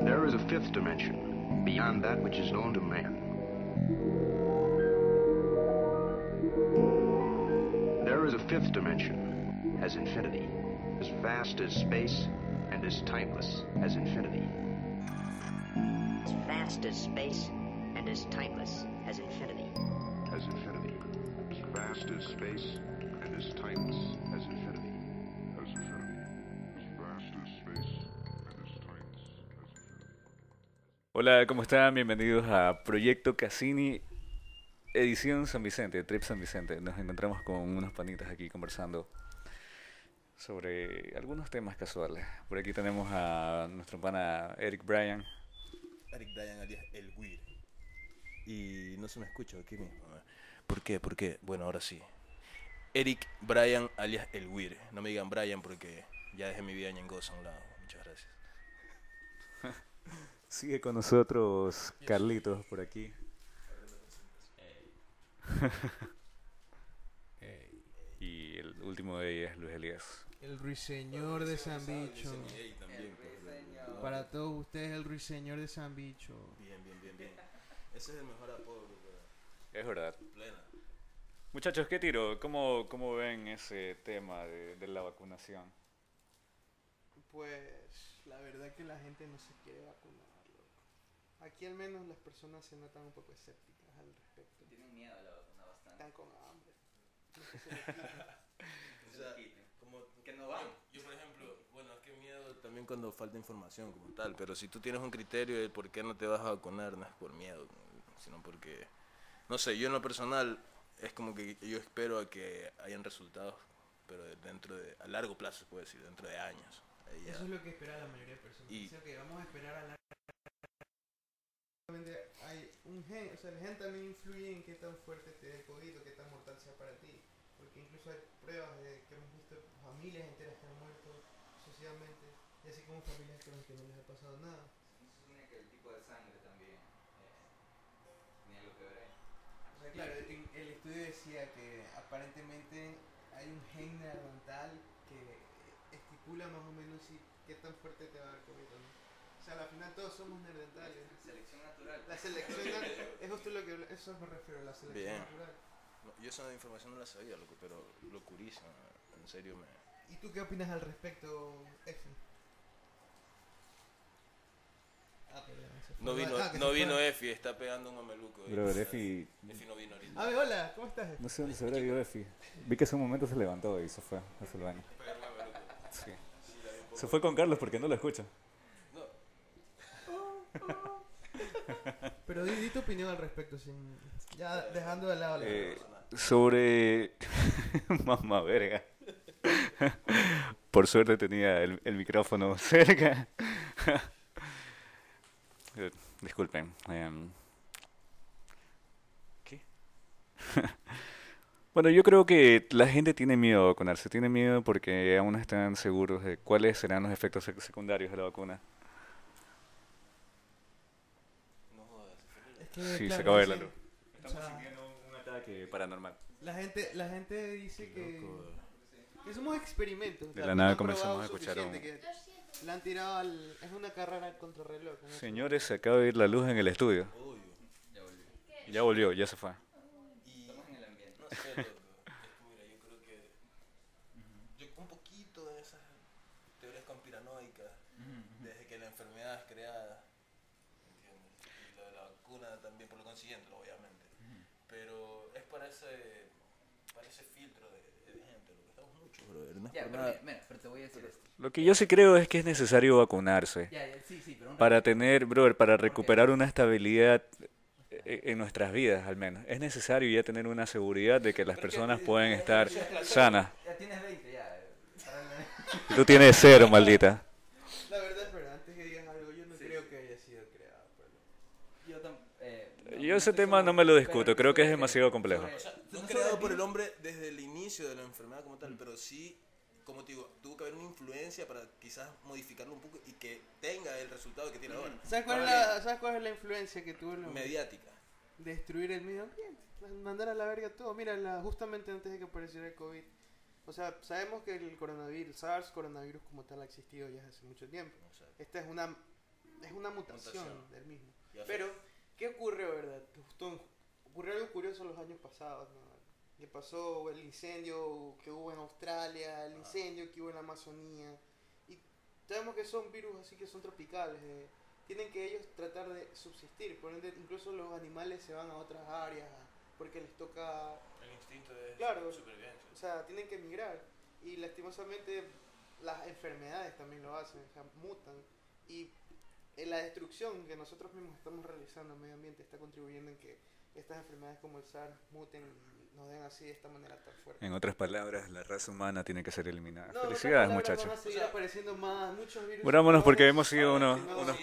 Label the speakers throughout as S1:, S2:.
S1: There is a fifth dimension beyond that which is known to man. There is a fifth dimension, as infinity, as vast as space, and as timeless as infinity.
S2: As vast as space and as timeless as infinity.
S1: As infinity, as vast as space, and as timeless as infinity. As infinity, as vast as space, and as timeless as infinity.
S3: Hola, ¿cómo están? Bienvenidos a Proyecto Cassini, edición San Vicente, Trip San Vicente. Nos encontramos con unos panitas aquí conversando sobre algunos temas casuales. Por aquí tenemos a nuestro pana Eric Bryan.
S4: Eric Bryan alias El Weir. Y no se me escucha aquí mismo. ¿eh? ¿Por qué? ¿Por qué? Bueno, ahora sí. Eric Bryan alias El Weir. No me digan Bryan porque ya dejé mi vida en Ñengosa a un lado. Muchas gracias.
S3: Sigue con nosotros Carlitos por aquí. y el último de ellos es Luis Elías.
S5: El ruiseñor de San Bicho. Para todos ustedes, el ruiseñor de San Bicho.
S4: Bien, bien, bien, bien. Ese es el mejor apodo,
S3: Es verdad.
S4: Plena.
S3: Muchachos, ¿qué tiro? ¿Cómo, cómo ven ese tema de, de la vacunación?
S5: Pues la verdad que la gente no se quiere vacunar, loco. Aquí al menos las personas se notan un poco escépticas al respecto.
S6: Tienen miedo a la vacuna bastante.
S5: Están con hambre.
S4: O sea, como
S6: Que no van.
S4: Yo, por ejemplo, bueno, es que miedo también cuando falta información como tal, pero si tú tienes un criterio de por qué no te vas a vacunar, no es por miedo, sino porque, no sé, yo en lo personal es como que yo espero a que hayan resultados, pero de- dentro de, a largo plazo, se puede decir, dentro de años. Ahí ya.
S5: Eso es lo que espera la mayoría de personas.
S4: Y-
S5: Dice, ok, vamos a esperar a la... Obviamente Hay un gen, o sea, el gen también influye en qué tan fuerte te dé el COVID o qué tan mortal sea para ti. Porque incluso hay pruebas de que hemos visto familias enteras que han muerto socialmente, y así como familias con las que no les ha pasado nada.
S6: Se supone que el tipo de sangre también. eh, tenía lo que ver ahí.
S5: O sea, claro, en- el estudio decía que aparentemente hay un gen neandertal que estipula más o menos si, qué tan fuerte te va a dar COVID o no. O sea, al final todos somos neandertales.
S6: Selección natural.
S5: La selección nat- es justo lo que habla- eso me refiero, la selección
S4: Bien.
S5: natural.
S4: No, yo esa información no la sabía, loco, pero lo curioso, en serio me...
S5: ¿Y tú qué opinas al respecto, F? Ah, perdón, se fue.
S4: No vino,
S5: Ah, que
S4: no
S5: se
S4: vino
S5: fue.
S4: Efi, está pegando un mameluco. ahí.
S3: Brother, Efi-
S4: Efi no vino ahorita.
S5: A ver, hola, ¿cómo estás? Efe?
S3: No sé dónde se habrá ido Efi. Vi que hace un momento se levantó y se fue hacia el baño. Sí. Se fue con Carlos porque no lo escucha.
S5: Pero di, di tu opinión al respecto, sin, ya dejando de lado la...
S3: Eh, sobre. Mamá verga. Por suerte tenía el, el micrófono cerca. Eh, Disculpen. em. ¿Qué? bueno, yo creo que la gente tiene miedo a vacunarse. Tiene miedo porque aún no están seguros de cuáles serán los efectos sec- secundarios de la vacuna.
S4: No jodas.
S5: Es que,
S3: Sí, se
S5: claro,
S3: acabó de la
S5: dicen-
S3: luz.
S5: o sea,
S3: un ataque paranormal.
S5: la gente, la gente dice que,
S4: Loco.
S5: que somos experimentos. o
S3: De
S5: sea,
S3: la
S5: que
S3: nada
S5: han probado
S3: comenzamos a escuchar
S5: suficiente,
S3: un-
S5: que La han tirado al... Es una carrera contra reloj.
S3: Señores, se acaba de ir la luz en el estudio.
S4: Obvio.
S6: Ya volví.
S3: Ya volvió, ya se fue.
S4: Y
S6: Estamos en el ambiente.
S4: no sé, loco. Es que, mira, yo creo que. Yo un poquito de esas teorías conspiranoicas, desde que la enfermedad es creada, ¿entiendes? Y lo de la vacuna también, por lo consiguiente, obviamente. Pero es para ese, para ese filtro de, de gente, lo que estamos mucho, brother. No es
S6: Ya,
S4: por
S6: pero
S4: nada.
S6: mira, mira, pero te voy a decir esto.
S3: Lo que yo sí creo es que es necesario vacunarse
S6: Ya, ya, sí, sí, pero un
S3: para tener, brother, para recuperar una estabilidad eh, en nuestras vidas al menos. Es necesario ya tener una seguridad de que las personas pueden estar sanas.
S6: Ya tienes 20, ya. eh, para la-
S3: Y Tú tienes cero, maldita.
S5: La verdad es verdad, antes que digas algo, yo no creo que haya sido creado. Pero...
S6: Yo tam- eh, no,
S3: Yo ese
S6: estoy
S3: tema
S6: seguro,
S3: no me lo
S6: pero
S3: discuto,
S6: estoy
S3: creo que es
S6: seguro
S3: demasiado complejo.
S6: sobre-
S4: O sea,
S6: no
S4: no
S6: sobre
S4: creado
S6: el
S4: por el
S6: virus,
S4: hombre desde el inicio de la enfermedad como tal, pero sí, como te digo, tuvo que haber una influencia para quizás modificarlo un poco y que tenga el resultado que tiene ahora.
S5: ¿Sabes cuál, es
S4: Ahora
S5: la, ¿Sabes cuál es la influencia que tuvo en
S4: bien,
S5: los-
S4: Mediática.
S5: destruir el medio ambiente? Mandar a la verga todo. Mira, la- justamente antes de que apareciera el COVID, O sea, sabemos que el coronavirus, el SARS coronavirus como tal ha existido ya desde hace mucho tiempo.
S4: O sea,
S5: Esta es una, es una mutación,
S4: Mutación.
S5: del mismo.
S4: ya sé.
S5: Pero, ¿qué ocurre, verdad? Justo ocurrió algo curioso los años pasados, ¿no? Le pasó el incendio que hubo en Australia, el
S4: Ah.
S5: incendio que hubo en la Amazonía. Y sabemos que son virus así que son tropicales. eh, Tienen que ellos tratar de subsistir. Por ende, incluso los animales se van a otras áreas porque les toca
S4: el instinto de
S5: Claro.
S4: supervivencia.
S5: o sea, tienen que emigrar. Y lastimosamente las enfermedades también lo hacen, o sea, mutan. Y eh, la destrucción que nosotros mismos estamos realizando al medio ambiente está contribuyendo en que estas enfermedades como el SARS muten y nos den así de esta manera tan fuerte.
S3: En otras palabras, la raza humana tiene que ser eliminada.
S5: No,
S3: Felicidades,
S5: no, no,
S3: muchachos.
S5: Van a seguir
S4: O sea,
S5: apareciendo más, muchos virus.
S3: Murámonos porque hemos sido
S5: ahora,
S3: unos,
S5: si no,
S3: unos
S5: sí.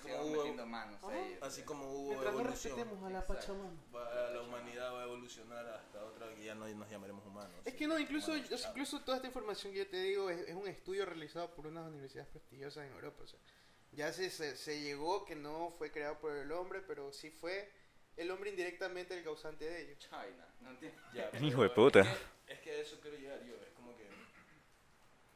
S6: Se
S4: Así como
S6: van
S4: hubo,
S6: metiendo manos
S5: Ah,
S6: ahí.
S4: así como hubo
S5: Mientras no
S4: evolución,
S5: respetemos a la
S6: Exacto.
S5: Pachamama.
S4: va- la humanidad va a evolucionar hasta otra que ya no nos llamaremos humanos.
S5: Es
S4: sino
S5: que no, incluso,
S4: humanos
S5: o sea,
S4: chatos.
S5: incluso toda esta información que yo te digo es, es un estudio realizado por unas universidades prestigiosas en Europa. O sea, ya se, se, se llegó que no fue creado por el hombre, pero sí fue el hombre indirectamente el causante de ello.
S6: China, no entiendo.
S4: Ya,
S3: Hijo
S4: pero
S3: de puta.
S4: Es que, es que a eso quiero llegar yo. Es como que.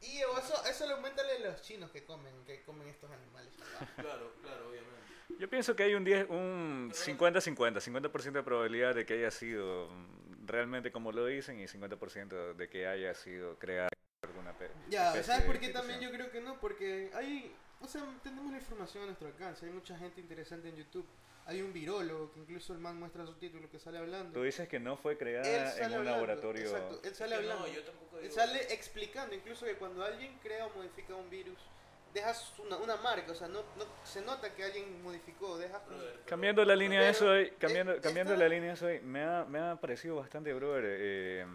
S5: Y eso, eso lo aumentan los chinos que comen, que comen estos animales.
S4: Claro, claro, obviamente.
S3: Yo pienso que hay un 10, un 50-50, 50% de probabilidad de que haya sido mm, realmente como lo dicen y 50% de que haya sido creada alguna pe-
S5: Ya,
S3: especie
S5: ¿sabes
S3: de
S5: por qué
S3: institución.
S5: también yo creo que no? Porque hay, o sea, tenemos la información a nuestro alcance, hay mucha gente interesante en YouTube. Hay un virólogo que incluso el man muestra su título que sale hablando.
S3: Tú dices que no fue creada
S5: Él
S3: en
S5: sale
S3: un
S5: hablando,
S3: laboratorio.
S5: Exacto, él sale
S4: Es que
S5: hablando.
S4: No, yo tampoco
S5: Él
S4: digo-
S5: sale explicando incluso que cuando alguien crea o modifica un virus, dejas una, una marca, o sea, no, no se nota que alguien modificó, dejas como-
S4: Brother, pero-
S3: Cambiando la línea de
S5: Pero,
S3: eso hoy,
S5: eh,
S3: cambiando,
S5: esta-
S3: cambiando la línea de eso hoy, me ha, me ha parecido bastante, brother, eh,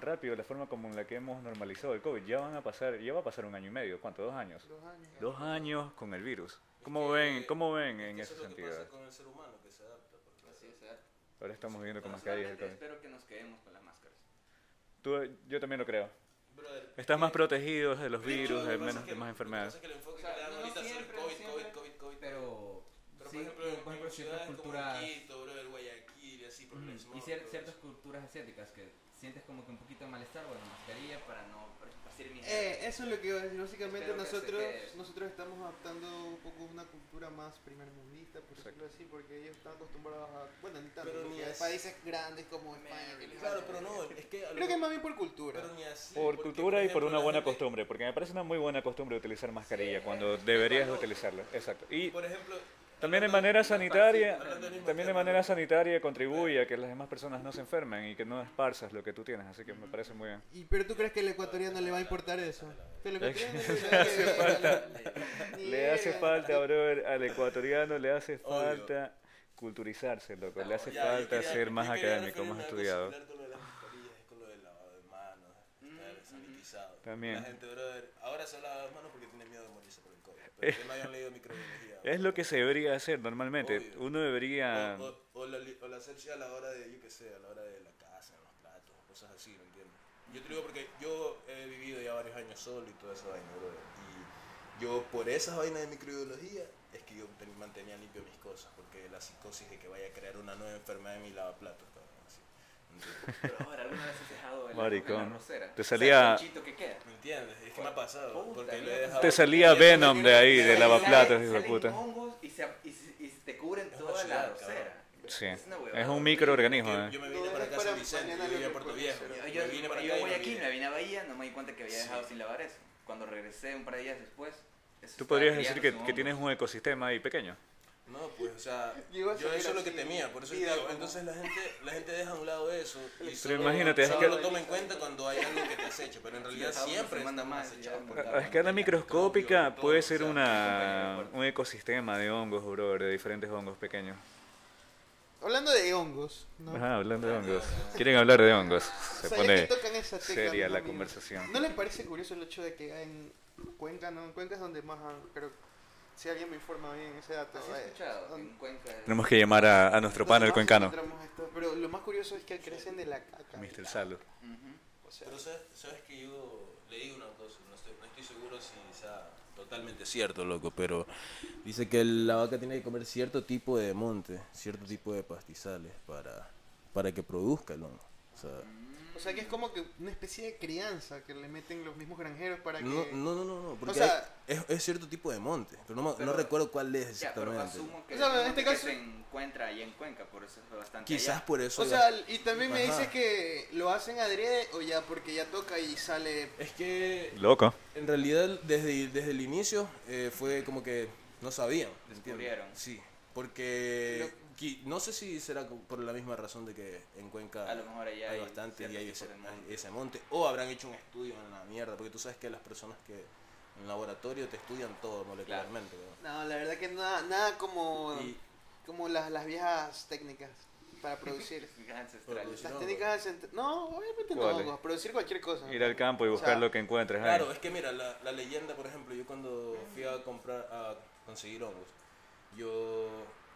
S3: rápido la forma como en la que hemos normalizado el COVID. Ya van a pasar, ya va a pasar un año y medio, ¿cuánto? ¿Dos años?
S5: dos años.
S3: Dos años con el virus.
S4: Es
S3: ¿Cómo
S4: que-
S3: ven, cómo ven
S4: es que
S3: en ese
S4: eso es lo que
S3: sentido? eh.
S4: pasa con el ser humano que se adapta. porque-
S6: Así es, ¿verdad?
S3: Ahora estamos viviendo con
S6: Pero
S3: mascarillas el
S6: solamente
S3: COVID.
S6: espero que nos quedemos con las máscaras.
S3: Tú- yo también lo creo.
S4: Brother,
S3: Estás más
S4: eh,
S3: protegido de los
S4: de hecho,
S3: virus,
S4: lo que
S3: de
S4: pasa
S3: menos
S4: es
S3: de más
S4: que- lo que
S3: enfermedades.
S4: pasa es que el enfoque
S6: O sea,
S4: que le dan
S6: no
S4: ahorita es el
S6: siempre,
S4: COVID,
S6: siempre,
S4: COVID, COVID, COVID.
S7: Pero,
S4: Pero
S7: sí,
S4: por ejemplo,
S6: eh,
S4: en
S7: por ejemplo, ciertas
S4: ciudades
S7: culturas
S4: como Quito, bro, el Guayaquil y así, por
S7: ujú,
S4: el
S7: y
S4: smog,
S7: cier-
S4: todo
S7: ciertas
S4: eso.
S7: culturas asiáticas que sientes como que un poquito de malestar, bueno, mascarilla para no
S6: Así es mi
S5: Eh, eso es lo que iba a decir, básicamente
S6: Espero que se
S5: nosotros
S6: quede.
S5: nosotros estamos adaptando un poco una cultura más primermundista, por decirlo así, porque ellos están acostumbrados a, bueno, ni tanto,
S4: Pero ni
S5: porque hay
S4: es-
S5: países grandes como España. que les
S4: Claro,
S5: vale
S4: pero no, es que. a lo
S5: Creo que
S4: mejor-
S5: más bien por cultura.
S4: Pero ni así.
S3: Por
S4: porque,
S3: cultura y por
S4: ejemplo,
S3: una
S4: la
S3: buena
S4: gente-
S3: costumbre, porque me parece una muy buena costumbre utilizar mascarilla cuando deberías de utilizarla. Exacto. Y
S4: Por ejemplo.
S3: también de
S4: hablando-
S3: manera sanitaria,
S4: hablando del mismo
S3: también de
S4: tema,
S3: manera
S4: ¿no?
S3: sanitaria contribuye a que las demás personas no se enfermen y que no esparzas lo que tú tienes, así que me parece muy bien.
S5: ¿Y pero tú crees que al ecuatoriano le va a importar eso? Que al ecuatoriano le
S3: hace
S5: vale
S3: falta.
S5: verga.
S3: Le hace
S5: Mierda.
S3: falta, brother, al ecuatoriano le hace
S4: Obvio.
S3: falta culturizarse, loco, le hace
S4: Ya, yo
S3: falta
S4: quería-
S3: ser
S4: yo
S3: más
S4: quería
S3: académico,
S4: referirme
S3: más
S4: a algo
S3: estudiado.
S4: similar con lo de las mascarillas, es con lo del lavado de manos, estar sanitizado.
S3: También.
S4: La gente, brother, ahora se lava las manos porque tiene miedo de morirse por el COVID. Pero que no hayan leído microbiología.
S3: Eh. Es lo que se debería hacer normalmente.
S4: Obvio.
S3: Uno debería
S4: O, o- o la, li- o la asepsia a la hora de, yo qué sé, a la hora de la casa, en los platos, cosas así, ¿me entiendes? Yo te digo porque yo he vivido ya varios años solo y toda esa vaina, brother. Y yo por esas vainas de microbiología es que yo te- mantenía limpio mis cosas, porque la psicosis de que vaya a crear una nueva enfermedad en mi lavaplatos, cabrón, así. ¿Me
S6: Pero ahora, ¿alguna vez has dejado el
S3: Maricón.
S6: la rosera?
S3: Te salía-
S6: que queda.
S4: entiendes? Es que me ha pasado,
S6: Puta
S4: porque lo he
S6: mierda.
S4: dejado...
S3: Te salía Venom de ahí, de
S6: Salen-
S3: lavaplatos, hijo de
S6: salen
S3: puta.
S6: hongos y se, y se- y se te cubren
S4: Es
S6: toda
S4: una
S6: la
S4: ciudad,
S6: rosera.
S3: Sí,
S6: Es una
S3: es
S6: huevada.
S3: un microorganismo.
S4: Yo,
S3: ¿eh?
S4: yo me
S5: No,
S4: vine
S5: es
S4: para acá a
S5: para
S4: San Vicente,
S5: mañana
S4: yo vivía
S5: lo
S4: en Puerto
S5: reproducen.
S4: Viejo.
S6: Yo, yo,
S4: me vine para
S6: yo
S4: acá y
S6: voy
S4: no
S6: aquí,
S4: vine.
S6: me vine a Bahía, no me di cuenta que había
S4: Sí.
S6: dejado sin lavar eso. Cuando regresé un par de días después, eso
S3: Tú
S6: estaba
S3: podrías decir
S6: criando
S3: que,
S6: su
S3: que
S6: hongo.
S3: tienes un ecosistema ahí pequeño.
S4: No, pues, o sea, yo
S5: Llegó a
S4: eso
S5: salir
S4: es lo
S5: así,
S4: que temía, por eso
S5: vida
S4: te digo,
S5: como-
S4: entonces la gente, la gente deja a un lado eso y solo,
S3: imagínate, es
S4: solo
S3: que-
S4: lo toma en cuenta cuando hay algo que te acecha, pero en realidad
S6: Estamos
S4: siempre pues.
S6: sumando
S4: estamos
S6: más,
S4: acechados
S6: ya,
S4: por
S6: ya.
S4: cada
S3: A escala
S4: manera,
S3: microscópica
S4: todo, todo,
S3: puede
S4: o
S3: ser
S4: sea,
S3: una, un ecosistema de hongos, bro, de diferentes hongos pequeños.
S5: Hablando de hongos, ¿no?
S3: Ajá, hablando de hongos. ¿Quieren hablar de hongos? Se
S5: O sea, ya que
S3: pone
S5: tocan esa tecla,
S3: seria
S5: ¿no,
S3: la
S5: amigo?
S3: conversación.
S5: ¿No les parece curioso el hecho de que en Cuenca, no? En Cuenca es donde más han- creo, si alguien me informa bien ese dato.
S6: ¿Has
S5: eh,
S6: escuchado? que
S5: donde-
S6: En Cuenca.
S3: Tenemos que llamar a, a nuestro
S5: donde
S3: pana, el
S5: más
S3: cuencano.
S5: encontramos esto, Pero lo más curioso es que crecen de la caca.
S3: Mr. Salo.
S6: Ujú.
S5: O sea,
S4: Pero sabes, sabes que yo le digo una cosa, no estoy, no estoy seguro si sea totalmente cierto, loco, pero dice que la vaca tiene que comer cierto tipo de monte, cierto tipo de pastizales para, para que produzca el hongo. O sea,
S5: o O sea que es como que una especie de crianza que le meten los mismos granjeros para que.
S4: No, no, no, no, no, porque
S5: sea-
S4: hay- es, es cierto tipo de monte, pero no, ma- no
S7: Pero-
S4: recuerdo cuál es
S7: Ya, pero
S4: exactamente.
S7: asumo que,
S5: O sea, en
S7: asumo
S5: este
S7: que
S5: caso-
S7: se encuentra ahí en Cuenca, por eso es bastante
S4: Quizás
S7: allá.
S4: por eso.
S5: O
S4: ya-
S5: sea, y también me
S4: Ajá.
S5: dices que lo hacen adrede o ya porque ya toca y sale.
S4: es que
S3: Loco.
S4: en realidad desde, desde el inicio eh, fue como que no sabían. ¿entiendes?
S7: Descubrieron.
S4: Sí, porque qui- no sé si será co- por la misma razón de que en Cuenca
S7: A lo mejor allá
S4: hay,
S7: hay
S4: bastante y
S7: cierto
S4: hay
S7: tipo
S4: ese,
S7: de monte.
S4: hay ese monte. O habrán hecho un estudio en la mierda, porque tú sabes que las personas que en laboratorio te estudian todo molecularmente. ¿no?
S5: No, la verdad que nada, nada como,
S4: Y-
S5: como las, las viejas técnicas para producir.
S7: ancestrales.
S4: Producir.
S5: las
S4: No,
S5: técnicas. cent- No, obviamente no,
S3: ¿Cuáles?
S5: pues, producir cualquier cosa.
S3: Ir al campo y
S5: O sea,
S3: buscar lo que encuentres. ahí.
S4: Claro, es que mira, la, la leyenda, por ejemplo, yo cuando fui a comprar, a conseguir hongos, yo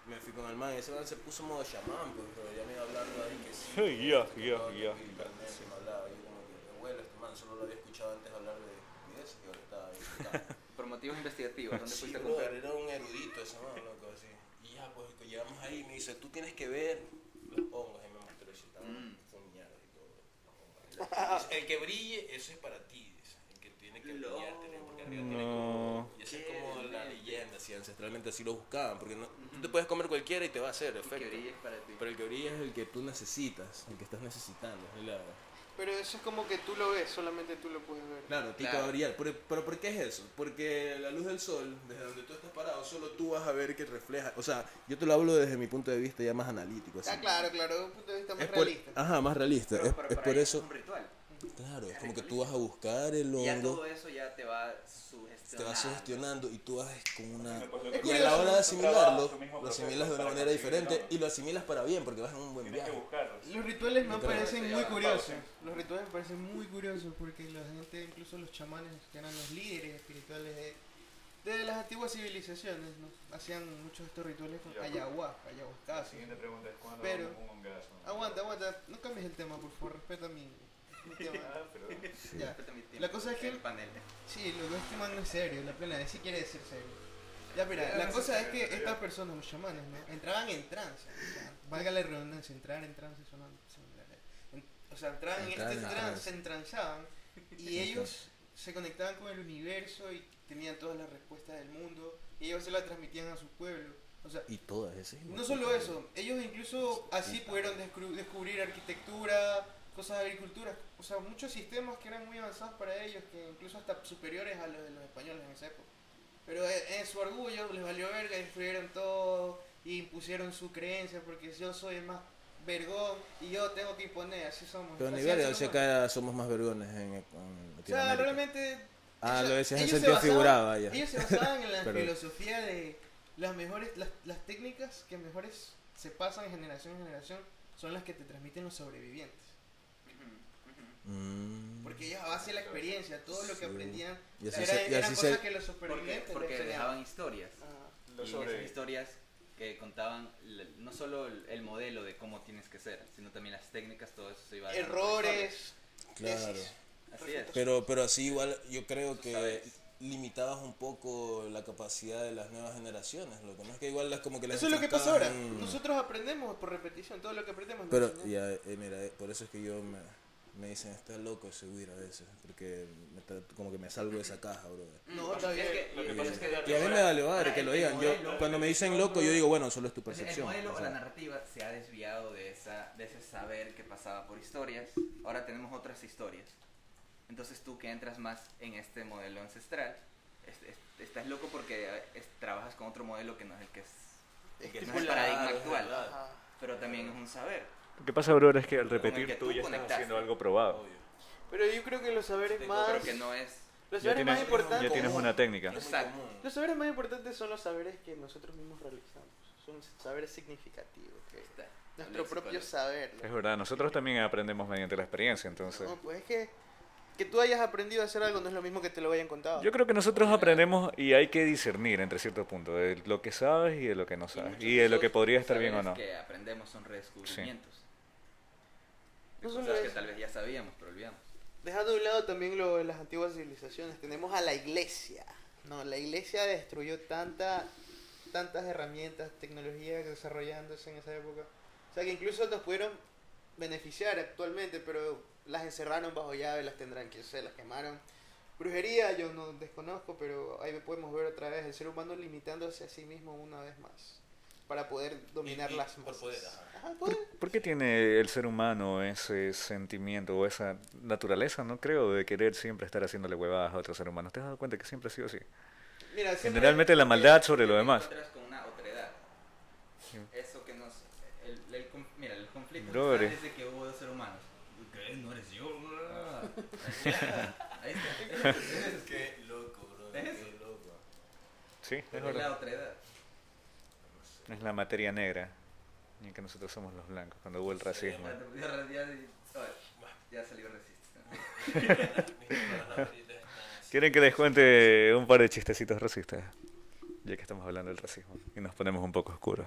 S4: me fui con el man y ese man se puso modo chamán, pues, pero ya me iba hablando ahí que sí.
S3: Sí, ya,
S4: que
S3: ya,
S4: todo, que
S3: ya.
S4: el carnet se me hablaba, yo como que, bueno, este man solo lo había escuchado antes hablar de, de eso, que ahora estaba ahí. explicando.
S7: Por motivos investigativos, ¿dónde
S4: Sí,
S7: fuiste a
S4: brother,
S7: comprar?
S4: era un erudito ese man, loco, así. Y ya, pues, que llegamos ahí y me dice, tú tienes que ver los hongos. Y me mostró ese
S7: Mm.
S4: tamaño, son mierda y todo. los hongos. Dice, El que brille, eso es para ti, dice. El que tiene que brillar, tiene- porque arriba tiene como...
S3: No.
S4: Y esa es como la leyenda, así, ancestralmente así lo buscaban. Porque no, tú te puedes comer cualquiera y te va a hacer
S7: Y que
S4: efecto.
S7: brilles para ti.
S4: Pero el que brilla es el que tú necesitas, el que estás necesitando. es la-
S5: Pero eso es como que tú lo ves, solamente tú lo puedes ver.
S4: Claro, a ti te va
S7: Claro.
S4: a brillar. Pero, pero ¿por qué es eso? Porque la luz del sol, desde donde tú estás parado, solo tú vas a ver que refleja. O sea, yo te lo hablo desde mi punto de vista ya más analítico. así.
S5: Ah, claro, claro, desde un punto de vista más
S4: Es por-
S5: realista.
S4: ajá, más realista.
S7: Pero
S4: es
S7: para-
S4: es
S7: para
S4: por
S7: ellos Es
S4: eso.
S7: un ritual.
S4: Claro, es como que tú vas a buscar el
S7: Y ya todo
S4: hongo,
S7: eso ya te va sugestionando.
S4: te vas sugestionando y tú vas con una.
S5: Es
S4: Y a la
S5: curioso,
S4: hora de
S5: ¿no?
S4: asimilarlo,
S3: Tu mismo
S4: lo
S3: proceso
S4: asimilas de una
S3: para
S4: manera
S3: conseguir el
S4: diferente
S3: hongo.
S4: y lo asimilas para bien porque vas en un buen viaje.
S3: buscarlos.
S5: Los rituales me
S4: Literal.
S5: parecen
S7: Ya,
S5: muy
S7: pausa.
S5: curiosos. Los rituales me parecen muy curiosos porque la gente, incluso los chamanes, que eran los líderes espirituales de, de las antiguas civilizaciones, ¿no? hacían muchos de estos rituales con
S3: Ya. pues.
S5: ayahuasca, ayahuasca.
S3: pregunta es cuándo
S5: Pero-
S3: un hongazo.
S5: Aguanta, aguanta, no cambies el tema, por favor, respeta mi, mi tema. Ya.
S7: Respeta mi tiempo.
S5: La cosa es que-
S7: El panel.
S5: Sí, lo que este man no es serio, la plena de sí quiere decir serio. Ya, mira, la cosa es que estas personas, los chamanes, ¿no? Entraban en trance. o sea, valga la redundancia, entrar en trance suena similar. En- O sea, entraban en
S4: Entraban
S5: este
S4: en
S5: trance,
S4: trance.
S5: se entranzaban y ellos se conectaban con el universo y tenían todas las respuestas del mundo y ellos se las transmitían a su pueblo. O sea,
S4: Y todas esas.
S5: no solo eso, ellos incluso así pudieron descru- descubrir arquitectura, cosas de agricultura, o sea, muchos sistemas que eran muy avanzados para ellos, que incluso hasta superiores a los de los españoles en esa época. Pero e- en su orgullo les valió verga, destruyeron todo y impusieron su creencia porque yo soy el más vergón y yo tengo que imponer, así somos.
S4: Pero
S5: Así
S4: ni
S5: es
S4: verga,
S5: el
S4: o sea,
S5: ser humano.
S4: acá somos más vergones en, en
S5: O sea,
S4: Latinoamérica.
S5: realmente...
S4: Ah,
S5: ellos-
S4: lo decías en
S5: ellos se
S4: sentido
S5: basaban-
S4: figurado, ah, ya.
S5: Ellos se basaban en la
S4: Pero-
S5: filosofía de las mejores, las, las técnicas que mejores se pasan de generación en generación son las que te transmiten los sobrevivientes.
S4: Mm.
S5: Porque ellos a base de la experiencia, todo lo que
S4: Sí.
S5: aprendían,
S4: Y así
S5: era-
S4: se- y
S5: eran
S4: así se-
S5: cosas que los
S7: Porque,
S5: supervivientes
S7: porque
S5: les Ah, enseñaban.
S7: dejaban historias.
S5: Ajá.
S7: Y en esas historias que contaban l- no solo el el modelo de cómo tienes que ser, sino también las técnicas, todo eso se iba dando por
S5: Errores,
S4: Claro.
S5: tesis.
S7: historias. Así es.
S4: Pero, pero así igual yo creo
S7: Tú
S4: que
S7: sabes.
S4: limitabas un poco la capacidad de las nuevas generaciones, lo que no es que igual las como que las
S5: Eso es lo que pasa ahora.
S4: enfocaban en-
S5: Nosotros aprendemos por repetición, todo lo que aprendemos. nos
S4: Mm. Pero
S5: enseñan.
S4: ya, eh, mira, eh, por eso es que yo me, me dicen, está loco ese huir a veces, porque me tra- como que me salgo de esa caja, brother.
S5: No, está
S7: Mm, Es que-
S5: bien.
S7: lo que
S4: Y-
S7: pasa es que
S4: y a mí me vale madre que
S7: el
S4: lo digan. Yo,
S7: modelo-
S4: cuando me dicen loco, yo digo, bueno, solo es tu
S7: o sea, Pues el
S4: percepción.
S7: modelo
S4: o
S7: o
S4: sea.
S7: la narrativa se ha desviado de, esa, de ese saber que pasaba por historias. Ahora tenemos otras historias. Entonces tú que entras más en este modelo ancestral, es- es- estás loco porque eh, es- trabajas con otro modelo que no es el que es, que no es el
S5: Claro,
S7: paradigma
S4: es
S7: actual.
S4: verdad.
S5: Ajá.
S7: Pero también es un saber.
S3: Lo que pasa, bro, es que al
S7: Con el
S3: repetir
S7: que
S3: tú
S7: tú
S3: ya estás
S7: conectaste.
S3: haciendo algo probado.
S4: Obvio.
S5: Pero yo creo que los saberes más.
S7: Pero que no es...
S5: Los
S3: Ya
S5: saberes Pues más
S3: tienes, ya
S5: importantes.
S3: tienes una técnica.
S4: Es muy
S7: Exacto.
S4: común.
S5: Los saberes más importantes son los saberes que nosotros mismos realizamos. Son saberes significativos. que-
S7: está,
S5: nuestro
S7: lo
S5: propio
S7: psicólogo.
S5: saber. ¿no?
S3: Es verdad, nosotros también aprendemos mediante la experiencia, entonces.
S5: No, pues es que, que tú hayas aprendido a hacer algo no es lo mismo que te lo hayan contado.
S3: Yo creo que nosotros aprendemos y hay que discernir entre cierto punto de lo que sabes y de lo que no
S7: Y
S3: sabes.
S7: muchos
S3: Y de lo que
S7: esos
S3: podría estar bien o
S7: saberes
S3: no.
S7: que aprendemos son redescubrimientos.
S5: No
S7: De
S5: solo
S7: cosas que
S5: eso.
S7: tal vez ya sabíamos, pero olvidamos.
S5: Dejando de un lado también lo de las antiguas civilizaciones, tenemos a la iglesia. No, la iglesia destruyó tanta, tantas herramientas, tecnología desarrollándose en esa época. O sea que incluso nos pudieron beneficiar actualmente, pero las encerraron bajo llave, las tendrán que se las quemaron. Brujería yo no desconozco, pero ahí podemos ver otra vez el ser humano limitándose a sí mismo una vez más para poder dominar
S4: y
S5: las
S4: por
S5: masas.
S4: poder, ajá.
S5: Ajá, poder.
S3: ¿Por qué tiene el ser humano ese sentimiento o esa naturaleza, no creo, de querer siempre estar haciéndole huevadas a otro ser humano? ¿Te has dado cuenta que siempre ha sido así?
S5: Mira, siempre-
S3: Generalmente la maldad sobre lo
S7: Te
S3: demás.
S7: encuentras con una otredad. Eso que nos. El, el conf- mira, el conflicto
S3: Brother.
S7: social es de que hubo dos seres humanos. ¿Qué? No eres yo. Ahí está.
S4: Es que loco, bro.
S7: ¿Es?
S4: Qué loco.
S3: Sí, es
S7: Es la
S3: verdad.
S7: otredad.
S3: Es la materia negra, y que nosotros somos los blancos, cuando hubo el racismo.
S7: Ya, ya, ya, ya salió resiste.
S4: Mis hermanas ahorita están así.
S3: ¿Quieren que les cuente un par de chistecitos racistas? Ya que estamos hablando del racismo y nos ponemos un poco oscuros.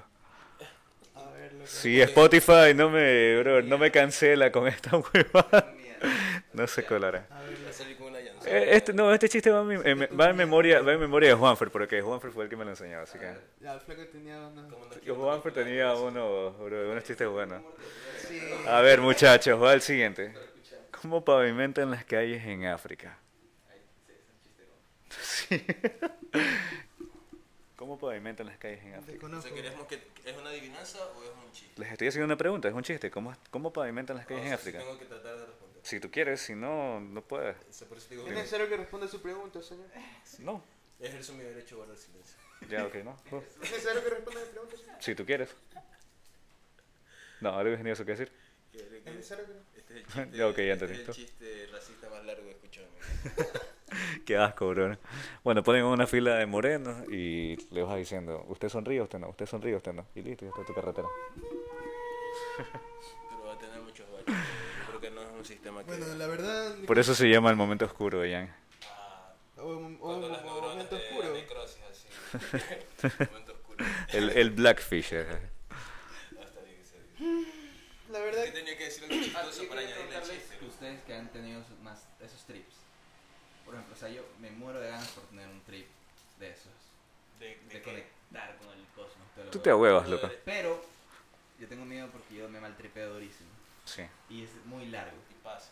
S5: A ver, lo que-
S3: Sí, Spotify no me, bro, no me cancela con esta huevada.
S7: Mierda.
S3: No se colará.
S5: A ver,
S4: Voy a salir con una llanza.
S3: Eh, Este, no, este chiste va en, mi- en- va en memoria, va en memoria de Juanfer, porque Juanfer fue el que me lo enseñó, así que...
S5: ya, el flaco tenía una...
S4: Como no
S3: Yo,
S4: quiero-
S3: Juanfer tenía uno, bro, unos chistes buenos.
S5: Sí.
S3: A ver, muchachos, va el siguiente. ¿Cómo pavimentan las calles en África? Sí. ¿Cómo pavimentan las calles en África?
S4: O
S5: Desconozco.
S4: sea, queremos que es una adivinanza o es un chiste.
S3: Les estoy haciendo una pregunta, es un chiste. ¿Cómo, cómo pavimentan las
S4: O
S3: calles en
S4: sea,
S3: África?
S4: Tengo que tratar de responder.
S3: Si tú quieres, si no, no puedes.
S4: O sea, por eso digo
S5: ¿Es
S4: que
S5: necesario que responda a su pregunta, señor?
S3: No.
S4: ejerzo mi derecho a guardar silencio.
S3: Ya, ok, no. no.
S5: ¿Es necesario que responda a su pregunta, señor?
S3: Si tú quieres. No, algo ingenioso que decir.
S4: Que- que-
S5: ¿Es necesario que responda?
S4: Este es el chiste,
S3: Ya, ok, ya
S4: este
S3: entendí.
S4: es el chiste racista más largo que he escuchado. en mi vida.
S3: Qué asco, bro. Bueno, ponen una fila de morenos y le vas diciendo, usted sonríe, usted no, usted sonríe, usted no. Y listo, ya está tu carretera.
S4: Pero va a tener muchos baches. Yo creo que no es un sistema que.
S5: Bueno, la verdad...
S3: Por eso se llama el momento oscuro, Ian.
S4: Ah,
S5: O, o un
S4: cuando las neuronas
S5: momento
S4: te dan
S5: oscuro.
S4: necrosis, así. momento oscuro.
S3: El, el Blackfish. eh.
S4: Hasta bien que se diga.
S5: La
S4: Es
S5: Ah, verdad...
S4: que tenía que decir algo chistoso
S7: Ah, yo
S4: para
S7: quería
S4: añadirle al
S7: preguntarles
S4: chiste.
S7: que ustedes que han tenido esos- más esos trips. Por ejemplo, o sea, yo me muero de ganas por tener un trip de esos.
S4: De,
S7: De,
S4: de que-
S7: conectar con el cosmos. todo lo
S3: Tú
S7: que-
S3: te ahuevas, loco.
S7: Pero yo tengo miedo porque yo me maltripeo durísimo.
S3: Sí.
S7: Y es muy largo.
S4: Y pasa.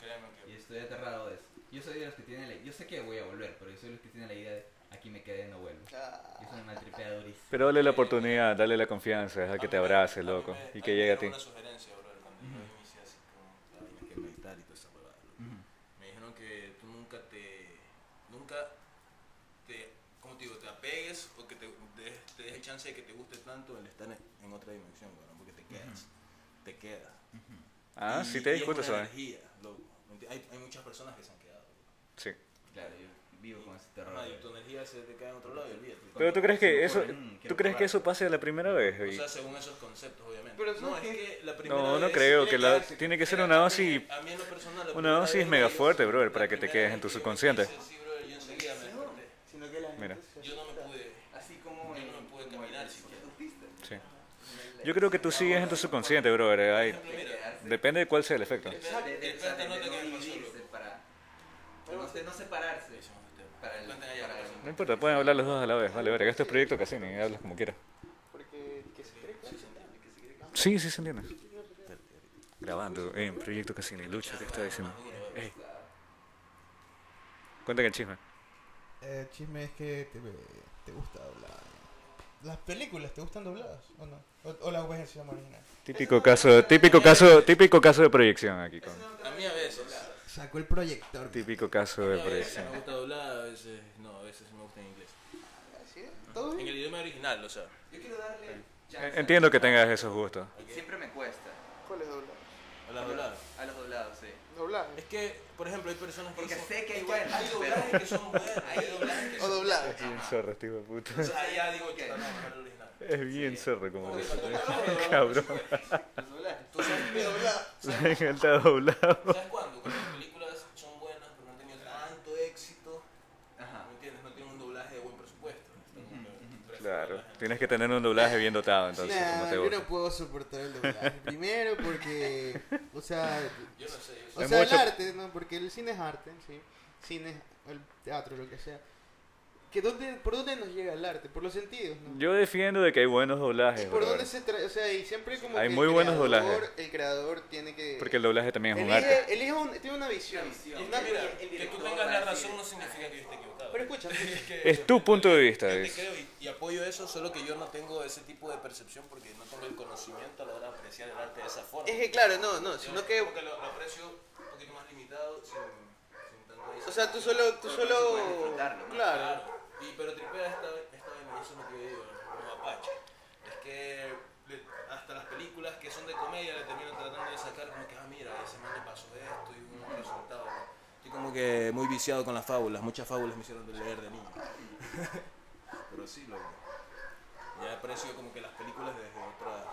S4: Créanme
S7: Y
S4: que.
S7: estoy aterrado de eso. Yo soy de los que tienen la Yo sé que voy a volver, pero yo soy de los que tienen la idea de aquí me quedé, no vuelvo. Yo soy
S5: Ah,
S7: un maltripeado durísimo.
S3: Pero dale la oportunidad, dale la confianza, deja que
S4: A
S3: te
S4: mí me- a
S3: abrace,
S4: mí
S3: loco.
S4: me-
S3: Y
S4: mí
S3: que
S4: me
S3: llegue a ti.
S4: dieron una sugerencia, bro, cuando yo inicié así como. la vaina que meditar y toda esa huevada, loco. Me dijeron que tú nunca te. Nunca te. ¿Cómo te digo? Te apegues o que te des, te des el chance de que te guste tanto el estar en, en otra dimensión, weón, porque te quedas. Te quedas.
S3: Ah,
S4: Y-
S3: sí
S4: y
S3: te
S4: es
S3: discuto
S4: una
S3: eso, eh.
S4: energía, loco. ¿me enti- Hay, hay muchas personas que se han quedado. loco.
S3: Sí.
S7: Claro, yo vivo con ese terror.
S4: Ajá, y tu energía se te cae en otro lado y olvídate.
S3: Pero tú crees que eso, ¿tú
S7: Mm, quiero
S3: crees que
S7: probar.
S3: eso pase la primera vez?
S4: O
S3: Y-
S4: sea, según esos conceptos, obviamente.
S5: Pero
S4: no,
S5: ¿sabes
S4: es
S5: qué?
S4: que la primera
S3: No, no
S4: vez-
S3: creo que la
S5: quedarse.
S3: tiene que ser
S4: Mira,
S3: una
S4: a mí-
S3: dosis.
S4: A mí en lo personal, la
S3: una
S4: primera
S3: dosis
S4: vez
S3: mega
S4: que yo-
S3: fuerte, brother,
S4: la
S3: para que te
S4: primera
S3: quedes
S4: vez
S3: en tu
S4: que yo
S3: subconsciente.
S4: hice, Sí, brother, yo enseguida me desperté.
S5: sino que la gente
S3: Mira.
S5: se-
S4: Yo no me pude.
S7: Así como.
S4: Yo no me pude caminar siquiera.
S3: Sí. Yo creo que tú sigues en tu subconsciente, brother. eh. ahí. Depende de cuál sea el efecto.
S7: De, de, o sea, de,
S4: Espérate, no
S7: de
S4: te
S7: no
S4: quedes con
S7: dividirse
S4: solo.
S7: para. No, sé, no separarse.
S4: Ese es un tema.
S7: Para el-
S4: Cuenten allá,
S7: para
S4: por
S7: el-
S3: No importa, pueden hablar los dos a la vez. Vale, verga, esto es proyecto Cassini, hablas como quieras.
S5: Porque que se cree que
S3: Sí, sí se entiende. Grabando en Proyecto Cassini, Lucho te está diciendo. Ey. Cuéntame el chisme.
S5: Eh, El chisme es que te, te gusta doblar. ¿Las películas te gustan dobladas o no? ¿O, o las ves en su idioma original?
S3: Típico caso, típico caso, típico caso de proyección aquí con.
S4: A mí a veces.
S5: Sacó el proyector.
S3: Típico caso de
S4: A veces me
S3: proyección.
S4: gusta doblada, a veces no, a veces me gusta en inglés.
S5: ¿Sí? ¿Todo
S4: En
S5: bien?
S4: el idioma original, o sea.
S7: Yo quiero darle. chance.
S3: Entiendo que tengas esos gustos.
S7: Siempre me cuesta.
S5: ¿Cuál es doblar?
S4: A las dobladas.
S7: A los doblados, sí.
S5: ¿Doblar?
S4: Es que, por ejemplo, hay personas que
S7: Porque
S4: dicen-
S7: sé que hay
S4: es
S7: buenas,
S4: Hay doblajes que son buenas, hay doblajes que
S5: ¿O
S4: son...
S5: doblar?
S3: Es bien zorro, este hijo de puta.
S4: O sea, ya digo que no, mejor el original.
S3: Es bien zorro como
S4: Porque
S3: que-
S4: cuando hablamos de
S3: Cabrón.
S7: Los doblados.
S4: Tú sabes que doblar-
S3: Me encanta doblado.
S4: ¿Sabes cuándo? Cuando las películas son buenas, pero no han tenido tanto éxito,
S7: Ajá.
S4: ¿me entiendes? No tienen un doblaje de buen presupuesto. Están como que-
S3: Claro, tienes que tener un doblaje bien dotado entonces, como
S5: Nah,
S3: te
S5: yo no
S3: gusta.
S5: puedo soportar el doblaje. Primero porque, o sea,
S4: Yo no sé, yo
S5: o
S3: Es
S5: sea el
S3: mucho-
S5: arte, ¿no? Porque el cine es arte, ¿sí? Cine, el teatro, lo que sea. que dónde, ¿Por dónde nos llega el arte? Por los sentidos, ¿no?
S3: Yo defiendo de que hay buenos doblajes,
S5: ¿Por
S3: brother,
S5: dónde se trae? O sea, y siempre como
S3: Hay
S5: que el
S3: muy buenos
S5: creador-
S3: doblajes.
S5: El creador tiene que...
S3: porque el doblaje también es un
S5: elige,
S3: arte.
S5: elige un- tiene una visión.
S7: Una visión.
S5: y
S4: Mira,
S5: una-
S7: el
S4: que tú
S7: director
S4: tengas
S7: va a
S4: la
S7: decir-
S4: razón no significa que yo esté equivocado.
S5: Pero escucha,
S3: Es tu punto de vista,
S4: Yo te
S3: dice.
S4: creo y, y apoyo eso, solo que yo no tengo ese tipo de percepción porque no tengo el conocimiento a la hora de apreciar el arte de esa forma.
S5: es que claro, no, no,
S4: Yo
S5: sino que...
S4: como lo, lo aprecio un poquito más limitado, sin, sin tanto
S5: O sea, tú solo... Tú
S7: Pero
S5: solo...
S7: se puede disfrutarlo, ¿no?
S5: Claro.
S4: Claro, y, pero tripea esta, esta vaina, eso es lo que yo digo, los apache. Es que le- hasta las películas que son de comedia le terminan tratando de sacar como que, ah, mira, ese man le pasó esto y hubo un resultado. Estoy como que muy viciado con las fábulas, muchas fábulas me hicieron de leer de niño. pero sí, loco. Ya aprecio como que las películas desde otra...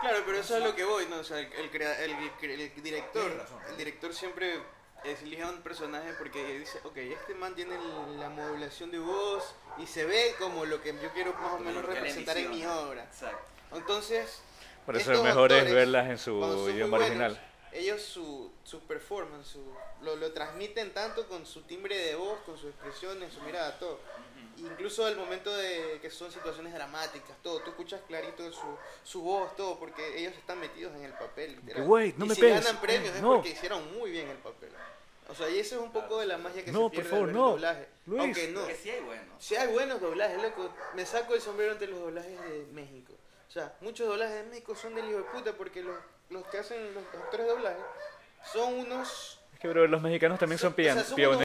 S5: Claro, pero eso es lo que voy, ¿no? O sea, el, el crea- el- el director,
S4: Tienes razón.
S5: el director siempre es- elige a un personaje porque dice, ok, este man tiene el- la modulación de voz y se ve como lo que yo quiero más o
S7: Como
S5: menos
S7: lo que él
S5: representar en mi
S7: ambiciona.
S5: obra.
S7: Exacto.
S5: Entonces,
S3: Por eso lo
S5: estos
S3: mejor es
S5: actores,
S3: verlas en
S5: cuando son
S3: su
S5: muy
S3: idioma original.
S5: buenos, ellos su, su performance, su- lo, lo transmiten tanto con su timbre de voz, con su expresión, en su mirada, todo. Incluso al momento de que son situaciones dramáticas, todo, tú escuchas clarito su, su voz, todo, porque ellos están metidos en el papel. literal.
S3: "Güey, no
S5: y
S3: me
S5: si
S3: pegues,
S5: ganan premios es
S3: no".
S5: porque hicieron muy bien el papel. O sea, y eso es un poco de la magia que
S3: No,
S5: se
S3: por
S5: pierde
S3: favor,
S5: al ver
S3: no.
S5: el doblaje.
S3: Luis.
S5: Aunque no.
S7: Porque sí hay buenos.
S5: Si hay buenos doblajes, loco, me saco el sombrero ante los doblajes de México. O sea, muchos doblajes de México son del hijo de puta porque los, los que hacen los actores de doblaje son unos...
S3: Es que, brother, los mexicanos también son
S5: o sea,
S3: pian-
S5: son unos
S3: pioneros